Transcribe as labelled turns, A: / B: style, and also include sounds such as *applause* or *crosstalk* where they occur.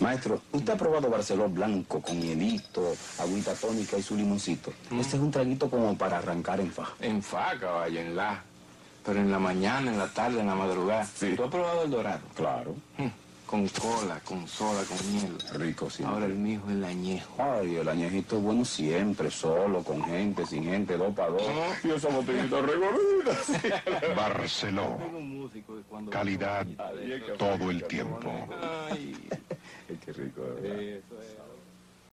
A: Maestro, usted ha probado Barceló blanco con hielito, agüita tónica y su limoncito. Este es un traguito como para arrancar en faja.
B: En fa, caballo, en la. Pero en la mañana, en la tarde, en la madrugada.
A: Sí.
B: ¿Tú has probado el dorado?
A: Claro,
B: Mm, Con cola, con soda, con miel.
A: rico sí.
B: Ahora el mijo es el añejo.
A: Ay, el añejito es bueno siempre, solo, con gente, sin gente, dos para dos. Y esa *laughs* botellita regordita.
C: Barceló,
B: Tengo un músico de cuando...
C: calidad todo el tiempo.
B: Ay, eh,
A: Qué rico, de verdad.
B: eso es.